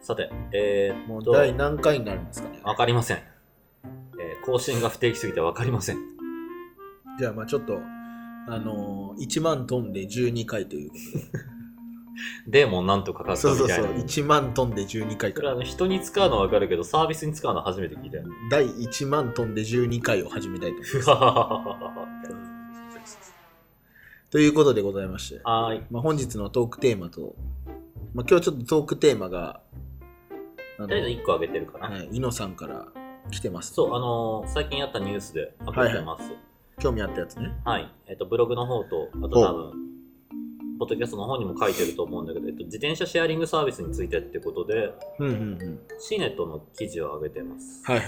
さて、えもー、っうと、第何回になるんですかね。わかりません。えー更新が不定期すぎてわかりません。じゃあ、まあちょっと、あのー、1万トンで12回というこでもなんとかかっとで。たそうそみうたいそう、な。 1万トンで12回こかれあら。の人に使うのはわかるけど、サービスに使うのは初めて聞いたよ。 第1万トンで12回を始めたいと思います。ということでございまして、はーい。まあ、本日のトークテーマと、まあ、今日ちょっとトークテーマが、あのとりあえず1個あげてるかな。はい、イノさんから来てます。そう、あのー最近やったニュースであげてます。興味あったやつね。はい、えっと、ブログの方と、あと多分、ポッドキャストの方にも書いてると思うんだけど、えっと、自転車シェアリングサービスについてってことで、うんうんうん。シーネットの記事を上げてます。はいはい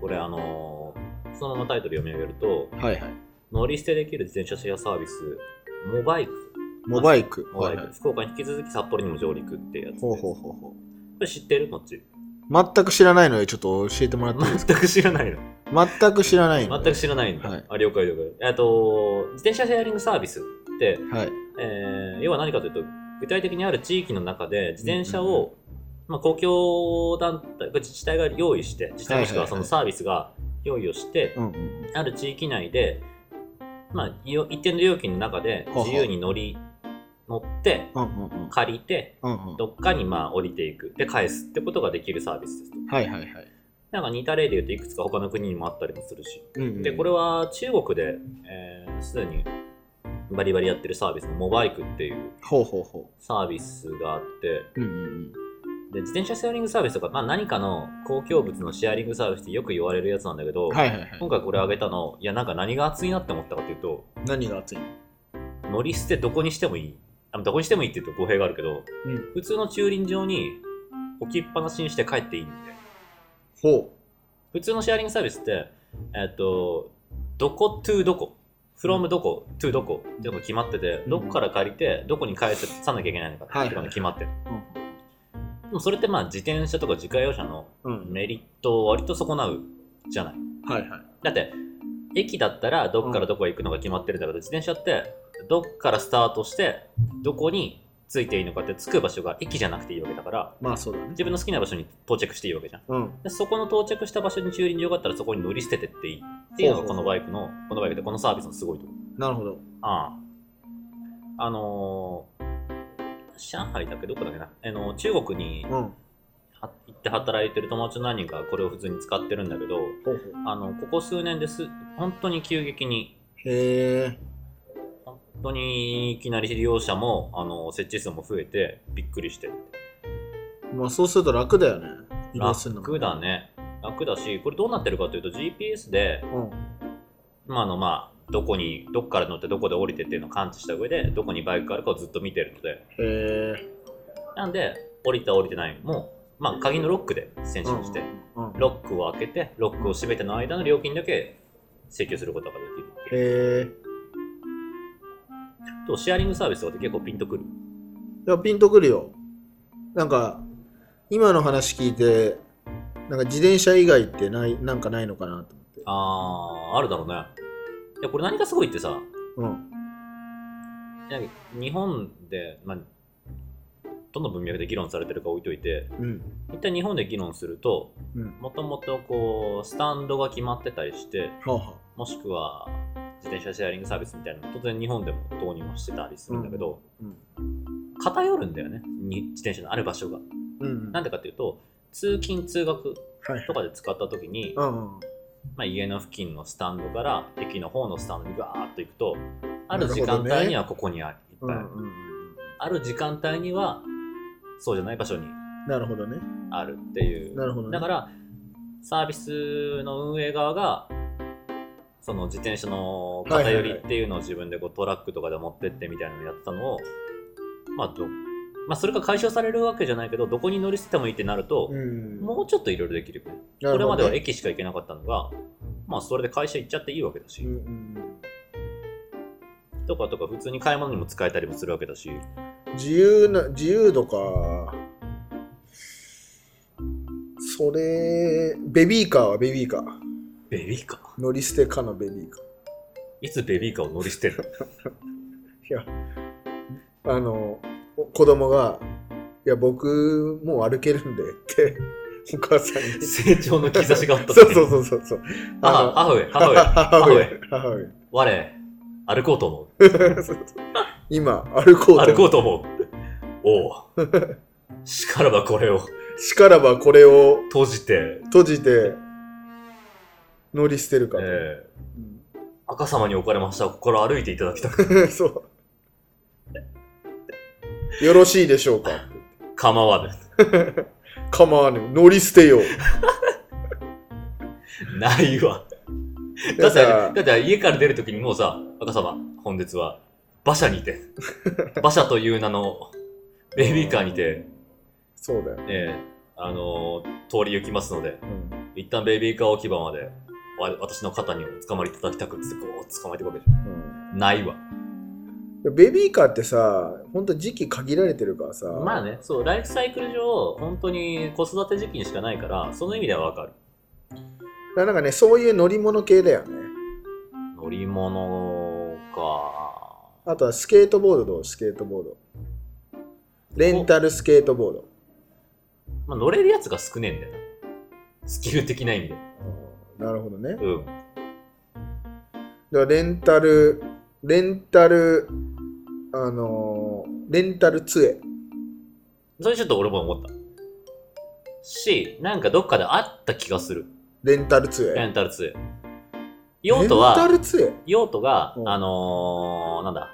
これ、あのーそのままタイトル読み上げると、はいはい。乗り捨てできる自転車シェアサービス、モバイク。モバイク。モバイク。はいはい福岡に引き続き札幌にも上陸ってやつです。ほうほうこほうほう。れ知ってるこっち。全く知らないのでちょっと教えてもらっていいですか全く知らないの。全く知らないの全くで知らないんだ。はいあ、了解了解。えっと、自転車シェアリングサービスって、はいえー要は何かというと具体的にある地域の中で自転車を、まあ、公共団体自治体が用意して自治体もしくはそのサービスが用意をして、うんうんある地域内で、まあ、いよ一定の料金の中でほうほう自由に乗り乗ってうんうんうん借りてうんうんどっかにまあ降りていくで返すってことができるサービスですと。はいはいはいなんか似た例で言うといくつか他の国にもあったりもするしうんうんでこれは中国ですで、既にバリバリやってるサービスのモバイクっていうほうほうほサービスがあってううんうんで自転車シェアリングサービスとか、まあ、何かの公共物のシェアリングサービスってよく言われるやつなんだけど、うんはいはいはい今回これ挙げたのいやなんか何が熱いなって思ったかというと何が熱いの乗り捨てどこにしてもいいあどこにしてもいいって言うと語弊があるけど、うん普通の駐輪場に置きっぱなしにして帰っていいんでほ普通のシェアリングサービスってえっとどこ to どこ from どこ to どこっていうのが決まってて、うんどこから借りてどこに返さなきゃいけないのかっていうのが決まってる、うでもそれってまあ自転車とか自家用車のうんうんメリットを割と損なうじゃないはいはいだって駅だったらどっからどこへ行くのが決まってるんだけど、自転車ってどっからスタートしてどこについていいのかって着く場所が駅じゃなくていいわけだからまあそうだね自分の好きな場所に到着していいわけじゃんうんでそこの到着した場所に駐輪場があったらそこに乗り捨ててっていいっていうのほがうこほうのバイクのこのバイクでこのサービスのすごいとこなるほどあああのー上海だっけどこだっけな、あのー中国にうんほは行って働いてる友達の何人かこれを普通に使ってるんだけどうほうあのここ数年です本当に急激にへえ本当にいきなり利用者もあの設置数も増えてびっくりしてるまあそうすると楽だよね移動するのも楽だね楽だしこれどうなってるかというと GPS でうん今のまあどこにどっから乗ってどこで降りてっていうのを感知した上でどこにバイクがあるかをずっと見てるのでへえなんで降りた降りてないもまあ鍵のロックで選手にしてうんうんロックを開けてロックを閉めての間の料金だけ請求することができるっていうへえとシェアリングサービスとかって結構ピンとくるいや、ピンとくるよ。なんか、今の話聞いて、なんか自転車以外ってない、なんかないのかなと思って。あーあるだろうねいやこれ何がすごいってさうん。なんか日本で、まあ、どの文脈で議論されてるか置いといてうん。一旦日本で議論するとうん。もともとこうスタンドが決まってたりしてはあ、はあ。もしくは自転車シェアリングサービスみたいなの当然日本でも導入はしてたりするんだけど、うん。偏るんだよねに自転車のある場所が。うん。なんでかっていうと通勤通学はいとかで使った時に、うんうん。まあ、家の付近のスタンドから駅の方のスタンドにガーッと行くとあなるるほ時ど間ね帯にはここにあいっうぱいあるん。うん。ある時間帯にはそうじゃない場所になるほどね。あるっていうなるほどねだからサービスの運営側がその自転車の偏りっていうのを自分でこうトラックとかで持ってってみたいなのをやってたのを、まあどまあ、それが解消されるわけじゃないけどどこに乗り捨ててもいいってなると、んもうちょっといろいろできるよねなこるほれまどねでは駅しか行けなかったのが、まあ、それで会社行っちゃっていいわけだし、うんうんとかとか普通に買い物にも使えたりもするわけだしうん。自由な、自由度か。それ、ベビーカーはベビーカー。ベビーカー乗り捨てかのベビーカー。いつベビーカーを乗り捨て るいや、あの、お子供が、いや、僕、もう歩けるんでって、お母さんに。成長の兆しがあったってそうそうそうそうそう。あ母上、母上、母母上上。母上。我、歩こうと思そうそう今、歩こう。うと。歩こうと思う。 おう。しからばこれをしからばこれを閉じて、閉じて、乗り捨てるえかと。ー赤様におかれましたらここから歩いていただきたく、うん そう。よろしいでしょうか構わぬ。構わぬ。乗り捨て よ う。ないわ。だって、だって家から出るときにもうさ、赤様、本日は馬車に て、馬車という名のベビーカーにて、そうだよ。ええあのー通り行きますので、うん一旦ベビーカー置き場まで、わ私の肩にお捕まりいただきたくって、こう捕まえてくわけじゃん。ないわ。うんベビーカーってさ、ほんと時期限られてるからさ。まあね、そう、ライフサイクル上、本当に子育て時期にしかないから、その意味ではわかる。だからなんかね、そういう乗り物系だよね。乗り物か。あとはスケートボードどうスケートボード。レンタルスケートボード。まあ、乗れるやつが少ねえんだよな。スキル的な意味で。うんなるほどね。だかうん。らレンタル、レンタル、あのーレンタル杖。それちょっと俺も思った。し、なんかどっかであった気がする。レンタル杖。レレンンタル2。用途は、タル杖。用途がう、んあのー、なんだ。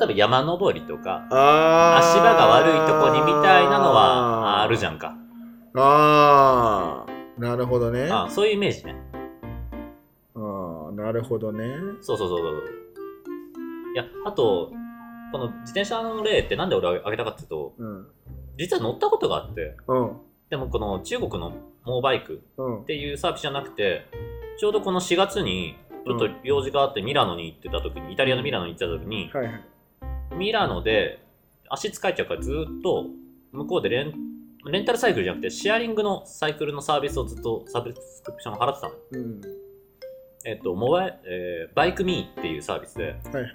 例えば山登りとか、あー足場が悪いとこにみたいなのはあるじゃんか。あーなるほどね。あそういうイメージね。あーなるほどね。そうそうそうそうそう。いや、あと、この自転車の例ってなんで俺あげたかっていうと、うん。実は乗ったことがあって、うん。でもこの中国のモーバイクうんっ。ていうサービスじゃなくてちょうどこの4月にちょっと用事があってミラノに行ってた時にイタリアのミラノに行ってた時にはいはい。ミラノで足疲れちゃうからずっと向こうでレンレンタルサイクルじゃなくてシェアリングのサイクルのサービスをずっとサブスクリプションを払ってたの、うん。えっとモバイえーバイクミーっていうサービスではいはいはい。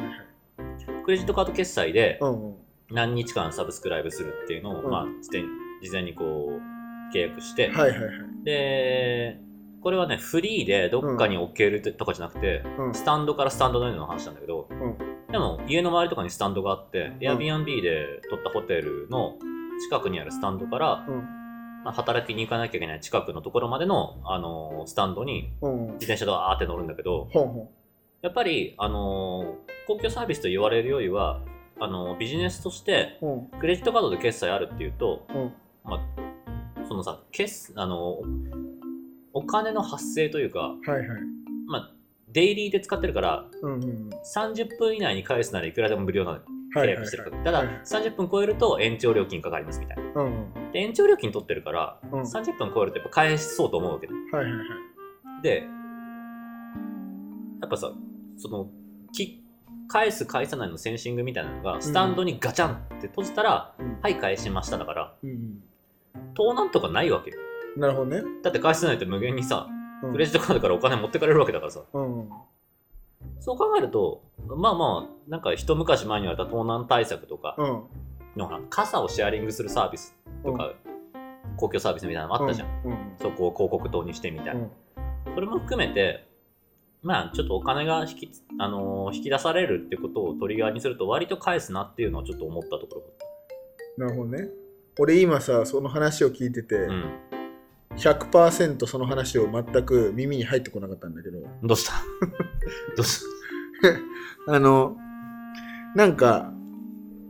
クレジットカード決済でうんうん。何日間サブスクライブするっていうのを、うんまあ、事前事前にこう契約して、はいはいはい。でこれはねフリーでどっかに置けるとかじゃなくて、うんスタンドからスタンドのの話なんだけど、でも家の周りとかにスタンドがあって、Airbnb で取ったホテルの近くにあるスタンドから、うんまあ働きに行かなきゃいけない近くのところまでの、あのースタンドにうんうん。自転車でわーって乗るんだけどほんほん。やっぱり、あのー公共サービスと言われるよりはあのービジネスとしてうんクレジットカードで決済あるっていうと、うんまあ、そのさ決あのーお金の発生というか、はいはい。まあ、デイリーで使ってるからうんうん。 30分以内に返すならいくらでも無料なのよは契いはいは約いしてるから、ただ30分超えると延長料金かかりますみたいなうんうん。で延長料金取ってるからうん。はい30分超えるとやっぱ返そうと思うわけねはいはい。でやっぱさそのき返す返さないのセンシングみたいなのがスタンドにガチャンって閉じたら、うんはい返しましただからうん盗難とかないわけようん。なるほどね。だって返せないと無限にさうんクレジットカードからお金持ってかれるわけだからさうんうん。そう考えるとまあまあなんか一昔前に言われた盗難対策とかうん。のほら傘をシェアリングするサービスとか、公共サービスみたいなのあったじゃん、うん。うんそこを広告塔にしてみたいな、それも含めてまあちょっとお金が引き,、あのー引き出されるってことをトリガーにすると割と返すなっていうのはちょっと思ったとこなるほどね。俺今さ、その話を聞いてて、ろ、うん、 100%その話を全く耳に入ってこなかったんだけど、どうした どうしあの、なんか、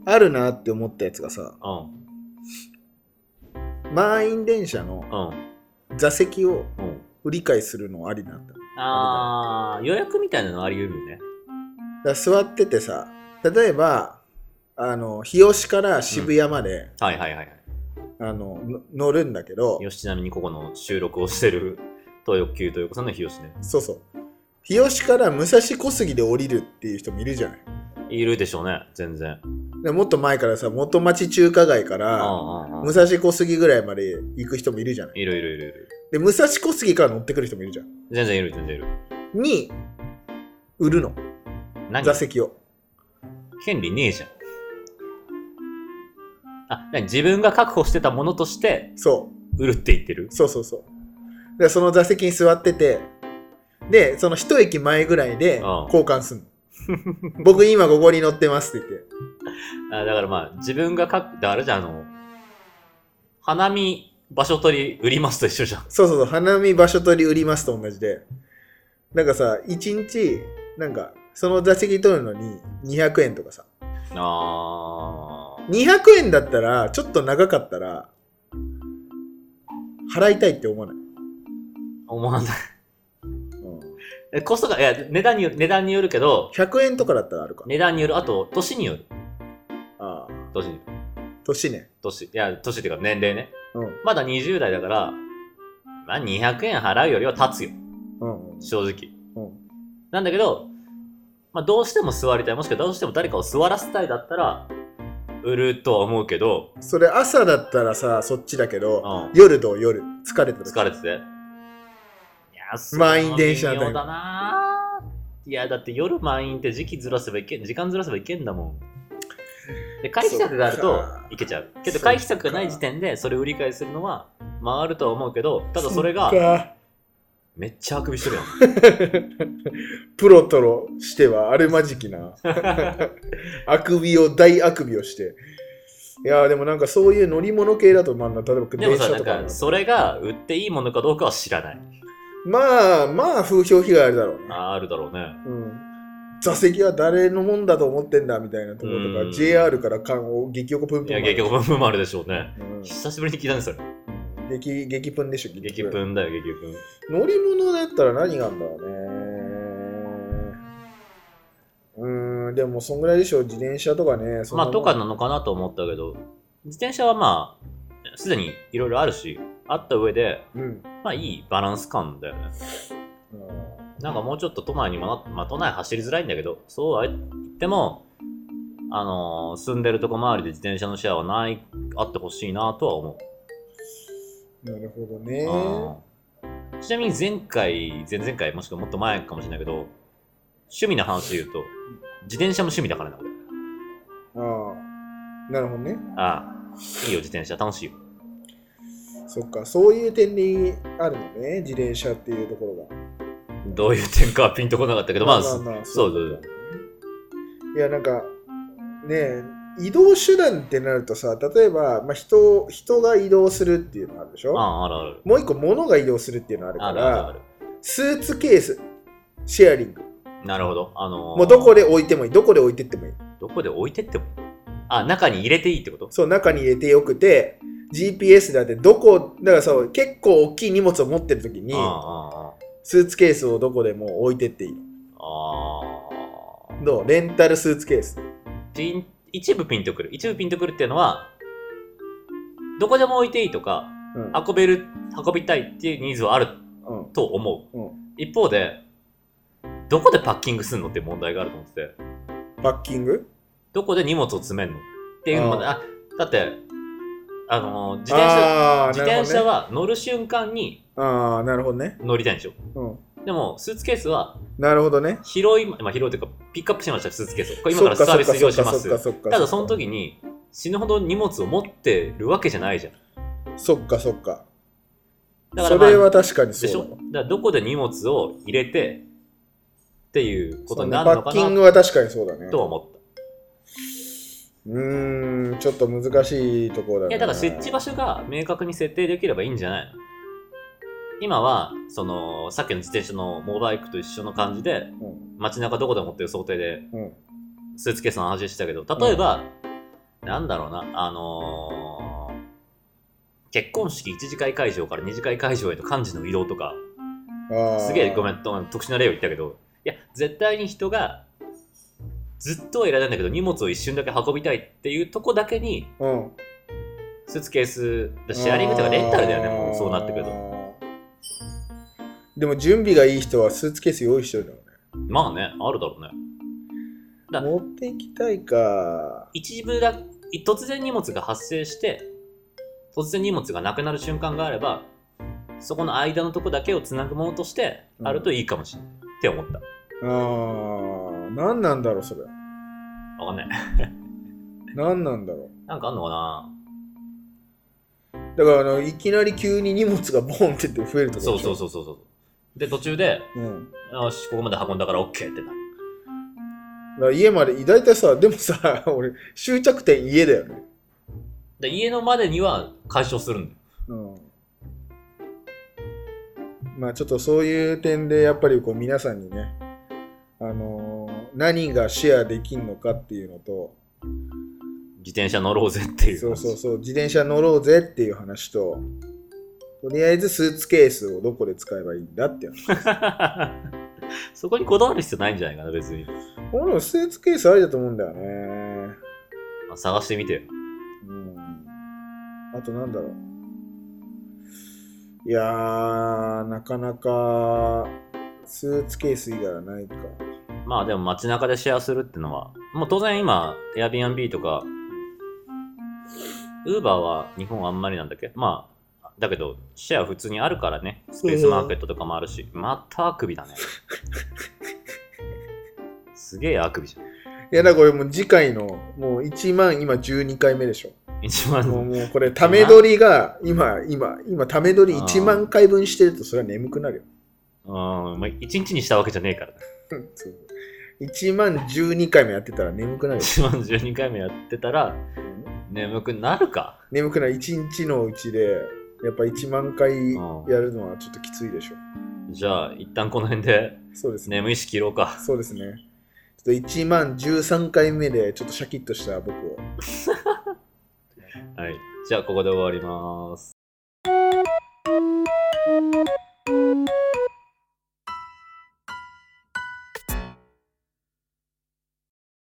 あるなって思ったやつがさ、たうん満員電車のうん座席をうん売り買いするのありなんだ。だかあー予約みたいなのあり得るよねら座っててさ、例えば、あの、日吉から渋谷まで、はいはいはいはいあの、の乗るんだけど、よしちなみにここの収録をしてる東横急と横さんの日吉ねそうそう。日吉から武蔵小杉で降りるっていう人もいるじゃない。いるでしょうね全然でもっと前からさ、元町中華街かうんらうんう武ん蔵小杉ぐらいまで行く人もいるじゃない。いるいるいるいるで、武蔵小杉から乗ってくる人もいるじゃん。全然いる全然いるに、売るの、何座席を。権利ねえじゃんあ、何自分が確保してたものとしてそう売るって言ってるそうそうそう。で、その座席に座ってて、で、その一駅前ぐらいでうん交換すんの。 僕今ここに乗ってますって言って。あだからまあ、自分が書くってあれじゃん、あの、花見場所取り売りますと一緒じゃん。そうそうそう、花見場所取り売りますと同じで。なんかさ、一日、なんか、その座席取るのに200円とかさ。あー200円だったら、ちょっと長かったら、払いたいって思わない。思わない。うん、えコストが、いや、値段による、値段によるけど、 100円とかだったらあるか。値段による、あと、年による。ああ、年による。年ね。年、いや、年っていうか年齢ね。うん。まだ20代だから、まあ200円払うよりは立つよ。うんうん。正直。うん。なんだけど、まあどうしても座りたい、もしくはどうしても誰かを座らせたいだったら、売るとは思うけど、それ朝だったらさ、そっちだけど、うん夜と夜疲れてる疲れてて。いや、そ満員電車だだよだなぁいや、だって夜満員って時期ずらせばいけん、時間ずらせばいけんだもん。で、回避策があるそとっかいけちゃう。けそどっか回避策がない時点でそれを売り買いするのは回るとは思うけど、ただそれがそっかめっちゃあくびしてるやん。プロとろしてはあるまじ きなあくびを大あくびをしていやーでもなんかそういう乗り物系だとまあ例えばでも電さ、車なとんかあるか、のそれが売っていいものかどうかは知らない。まあまあ風評被害あるだろうね、あーあるだろうね。うん、座席は誰のもんだと思ってんだみたいなところとうんか JR から缶を激おこぷんいぷんや、もある激おぶんもあるでしょうね。うん久しぶりに聞いたんですよ。激激ぷんでしょ激ぷんだよ、激ぷん。乗り物だったら何があるんだろうねうーんでもそんぐらいでしょ自転車とかねそんまなあ、もとんかなのかなと思ったけど、自転車はまあ、すでにいろいろあるし、あった上で、うんまあいいバランス感だよね。なんかもうちょっと都内にもな、まあ都内走りづらいんだけど、そうは言っても、あのー住んでるとこ周りで自転車のシェアはない、あってほしいなとは思う。なるほどねうんちなみに前回、前々回、もしくはもっと前かもしれないけど、趣味の話で言うと、自転車も趣味だからな、俺。ああなるほどねああ、いいよ、自転車、楽しいよ。そっかそういう点にあるのね自転車っていうところどういう点かはピンとこなかったけど、がまあ、まあそうそういやなんかねえ移動手段ってなるとさ例えば、まあ、人人が移動するっていうのあるでしうょん、あるある。もう一個物が移動するっていうのあるあかるあらるある。スーツケース、シェアリング。なるほど。あのーもうどこで置いてもいい、どこで置いてってもいい。どこで置いてってもあ、中に入れていいってことそう、中に入れてよくて、GPS であって、どこ、だからさ、結構大きい荷物を持ってる時にあ、あ、あスーツケースをどこでも置いてっていい。ああどうレンタルスーツケース。ー。ピン、一部ピンとくる。一部ピンとくるっていうのは、どこでも置いていいとか、うん。運べる、運びたいっていうニーズはあるうん、と思う。うん一方で、どこでパッキングすんのって問題があると思ってて、パッキングどこで荷物を詰めんのっていうのもね、ああ、だって、あのー、自転車、あー自転車は乗る瞬間になるほどね。乗りたいんでしょああ、なるほどね。でもスーツケースはうん。なるほどね。広い、まあ、広いというかピックアップしましたスーツケースをこれ今からサービス業しますそっかそっかっかっかっかただその時に死ぬほど荷物を持ってるわけじゃないじゃんそっかそっか。だから、そまあ、れは確かにでしそょうだだわ。からどこで荷物を入れてっていうことになるそのうねパッかキングなは確かにそうだね。とは思っうーん、ちょっと難しいところだたいね。やだから設置場所が明確に設定できればいいんじゃないの今はそのさっきの自転車のモバイクと一緒の感じでうん街中どこでもっていう想定でうんスーツケースの話してたけど、例えば、なんだろうな、あのー結婚式1次会会場から2次会会場へと幹事の移動とか、あーすげえごめん、と特殊な例を言ったけど、いや、絶対に人が、ずっとはいらないんだけど、荷物を一瞬だけ運びたいっていうとこだけに、うん、スーツケース、シェアリングとかレンタルだよね、もうそうなってくると。とでも準備がいい人はスーツケース用意してるだろまあね、あるだろうね。だうね持っていきたいか一部だ突然荷物が発生して突然荷物がなくなる瞬間があればそこの間のとこだけをつなぐものとしてあるといいかもしれない、って思ったあー何なんだろうそれわかんない何なんだろなんかあんのかなだからあのいきなり急に荷物がボンってって増えるとかそうそううそうそうそう。で、途中で、そう、うん、だよし、ここまで運んだから OK ってなる。から家まで大体さでもさ 俺終着点家だよね、で、家のまでには解消するんだよ。うん、まあちょっとそういう点でやっぱりこう皆さんにねあのー何がシェアできるのかっていうのと自転車乗ろうぜっていう。そうそうそう自転車乗ろうぜっていう話ととりあえずスーツケースをどこで使えばいいんだっていう話 そこにこだわる必要ないんじゃないかな、別に。このスーツケースありだと思うんだよねまあ探してみてよ。うんあとなんだろういやーなかなかスーツケース以外はないかまあでも街中でシェアするってのは、もう当然今、Airbnb とか、Uber は日本はあんまりなんだっけまあ、だけど、シェア普通にあるからね。スペースマーケットとかもあるし、またあくびだね。すげえあくびじゃん。いやだからこれもう次回のもう1万今12回目でしょ一番もうもうこれため撮りが今今今ため撮り1万回分してるとそれは眠くなるよ うん、まあ、一日にしたわけじゃねえからね。そう1万12回もやってたら眠くなる よ一番12回目やってたら、眠くなるか。眠くなる1日のうちでやっぱ1万回やるのはちょっときついでしょじゃあ、一旦この辺でそうですね眠いし切ろうか。そうですねちょっと1万13回目でちょっとシャキッとした僕をはい。じゃあ、ここで終わります。